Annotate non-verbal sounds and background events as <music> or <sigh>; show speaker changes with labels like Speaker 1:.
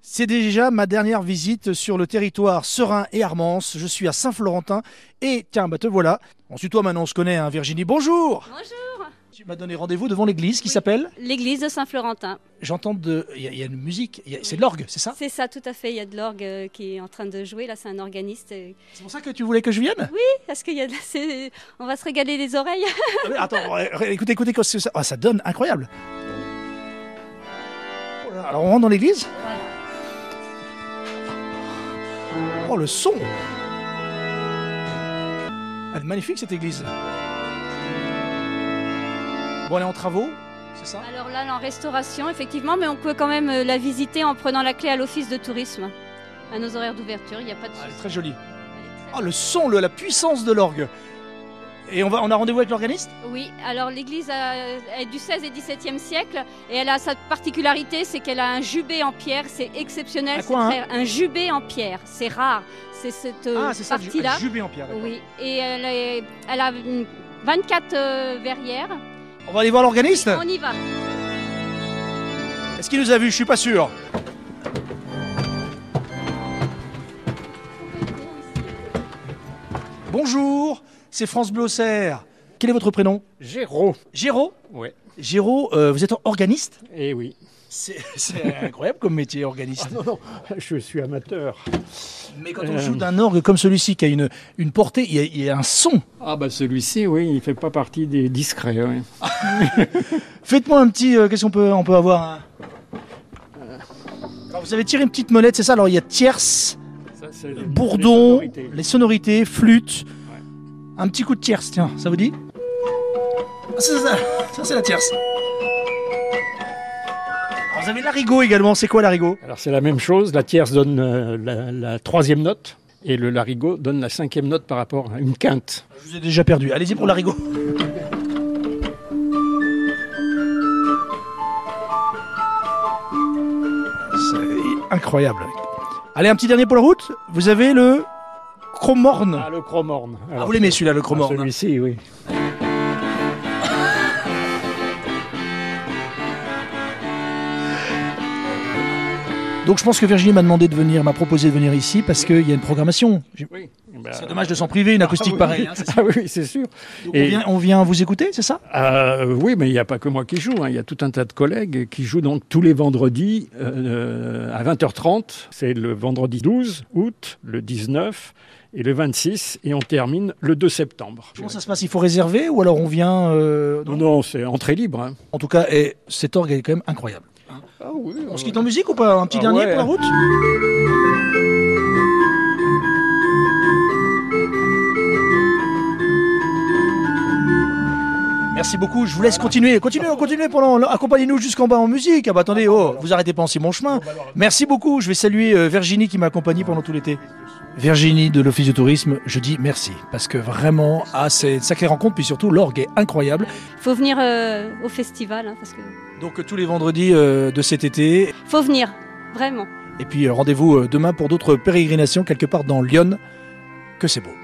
Speaker 1: C'est déjà ma dernière visite sur le territoire serein et armance. Je suis à Saint-Florentin et tiens, bah te voilà. On se tutoie maintenant, on se connaît, hein, Virginie. Bonjour
Speaker 2: Bonjour
Speaker 1: Tu m'as donné rendez-vous devant l'église qui
Speaker 2: Oui.
Speaker 1: s'appelle
Speaker 2: L'église de Saint-Florentin.
Speaker 1: J'entends de. Il y, a- il y a une musique, il y a- c'est de l'orgue, c'est ça
Speaker 2: C'est ça, tout à fait. Il y a de l'orgue euh, qui est en train de jouer. Là, c'est un organiste. euh.
Speaker 1: C'est pour ça que tu voulais que je vienne
Speaker 2: Parce qu'il y a de la- c'est- euh, On va se régaler les oreilles.
Speaker 1: Ah oui, Attends, euh, écoutez, écoutez, que ça, ah, ça donne incroyable. Oh là là, Alors on rentre dans l'église Oh le son Elle est magnifique cette église. Bon, elle est en travaux, c'est ça
Speaker 2: <laughs> Alors là, elle est en restauration, effectivement, mais on peut quand même euh, la visiter en prenant la clé à l'office de tourisme. À nos horaires d'ouverture, il n'y a pas de
Speaker 1: Ah, Elle est
Speaker 2: souci.
Speaker 1: très jolie.
Speaker 2: Elle est très-
Speaker 1: Oh le son, le- la puissance de l'orgue. Et on, va, on a rendez-vous avec l'organiste
Speaker 2: Oui, alors l'église euh, est du 16 et 17e siècle et elle a sa particularité, c'est qu'elle a un jubé en pierre, c'est exceptionnel.
Speaker 1: Un
Speaker 2: c'est
Speaker 1: quoi, hein?
Speaker 2: très- Un jubé en pierre, c'est rare. C'est cette euh,
Speaker 1: Ah, c'est ça, ju-
Speaker 2: partie-là.
Speaker 1: jubé en pierre. d'accord.
Speaker 2: Oui, et elle, est- elle a une- 24 euh, verrières.
Speaker 1: On va aller voir l'organiste
Speaker 2: On y va.
Speaker 1: Est-ce qu'il nous a vus Je suis pas sûr. Bonjour, c'est France Bleu Auxerre. Quel est votre prénom
Speaker 3: Géraud.
Speaker 1: Géraud
Speaker 3: Ouais.
Speaker 1: Géraud, euh, vous êtes organiste
Speaker 3: Eh oui. <laughs>
Speaker 1: C'est c'est incroyable comme métier, organiste.
Speaker 3: Non, non, je suis amateur.
Speaker 1: Oh, Mais quand on
Speaker 3: Euh.
Speaker 1: joue d'un orgue comme celui-ci qui a une, une portée, il y a, il y a un son.
Speaker 3: Ah bah celui-ci, oui, il fait pas partie des discrets. ouais.
Speaker 1: Faites-moi un petit. euh, Qu'est-ce qu'on peut, on peut avoir hein Alors, Vous avez tiré une petite molette, c'est ça Alors il y a tierce,
Speaker 3: Ça, c'est les-
Speaker 1: bourdon,
Speaker 3: les sonorités.
Speaker 1: les sonorités, flûte. Un petit coup de tierce, tiens, ça vous dit Ah, c'est ça, ça, c'est la tierce. Alors, vous avez l'arigot également, c'est quoi l'arigot
Speaker 3: Alors c'est la même chose. La tierce donne euh, la, la troisième note et le larigot donne la cinquième note par rapport à une quinte.
Speaker 1: Je vous ai déjà perdu. Allez-y pour l'arigot. C'est incroyable. Allez, un petit dernier pour la route. Vous avez le chromorne.
Speaker 3: Ah, le chromorne.
Speaker 1: Ah,
Speaker 3: Alors,
Speaker 1: vous l'aimez celui-là, le chromorne. hein.
Speaker 3: Celui-ci, oui.
Speaker 1: Donc je pense que Virginie m'a demandé de venir, m'a proposé de venir ici parce qu'il y a une programmation. J'ai-
Speaker 3: Oui.
Speaker 1: C'est dommage de s'en priver, une acoustique pareille. hein, c'est ça.
Speaker 3: <laughs> Ah Bah, oui, c'est sûr.
Speaker 1: Donc, on,
Speaker 3: Et-
Speaker 1: vient, on vient vous écouter, c'est ça
Speaker 3: Euh, oui, mais il n'y a pas que moi qui joue. hein. Il y a tout un tas de collègues qui jouent donc tous les vendredis euh, à 20h30. C'est le vendredi 12 août, le 19 et le 26. Et on termine le 2 septembre.
Speaker 1: Comment ça se passe Il faut réserver ou alors on vient euh,
Speaker 3: Non, non, c'est entrée libre. hein.
Speaker 1: En tout cas, et cet orgue est quand même incroyable. On se quitte en musique ou pas Un petit
Speaker 3: Ah
Speaker 1: dernier
Speaker 3: ouais.
Speaker 1: pour la route Merci beaucoup, je vous laisse continuer. Continuez, continuez pendant. Accompagnez-nous jusqu'en bas en musique. Ah bah attendez, oh, vous arrêtez pas en si bon chemin. Merci beaucoup, je vais saluer euh, Virginie qui m'a accompagné pendant tout l'été. Virginie de l'Office du Tourisme, je dis merci. Parce que vraiment, ah, c'est une sacrée rencontre, puis surtout l'orgue est incroyable.
Speaker 2: Faut venir euh, au festival, hein, parce que
Speaker 1: Donc euh, tous les vendredis euh, de cet été,
Speaker 2: faut venir, vraiment.
Speaker 1: Et puis euh, rendez-vous euh, demain pour d'autres pérégrinations quelque part dans Lyon. Que c'est beau.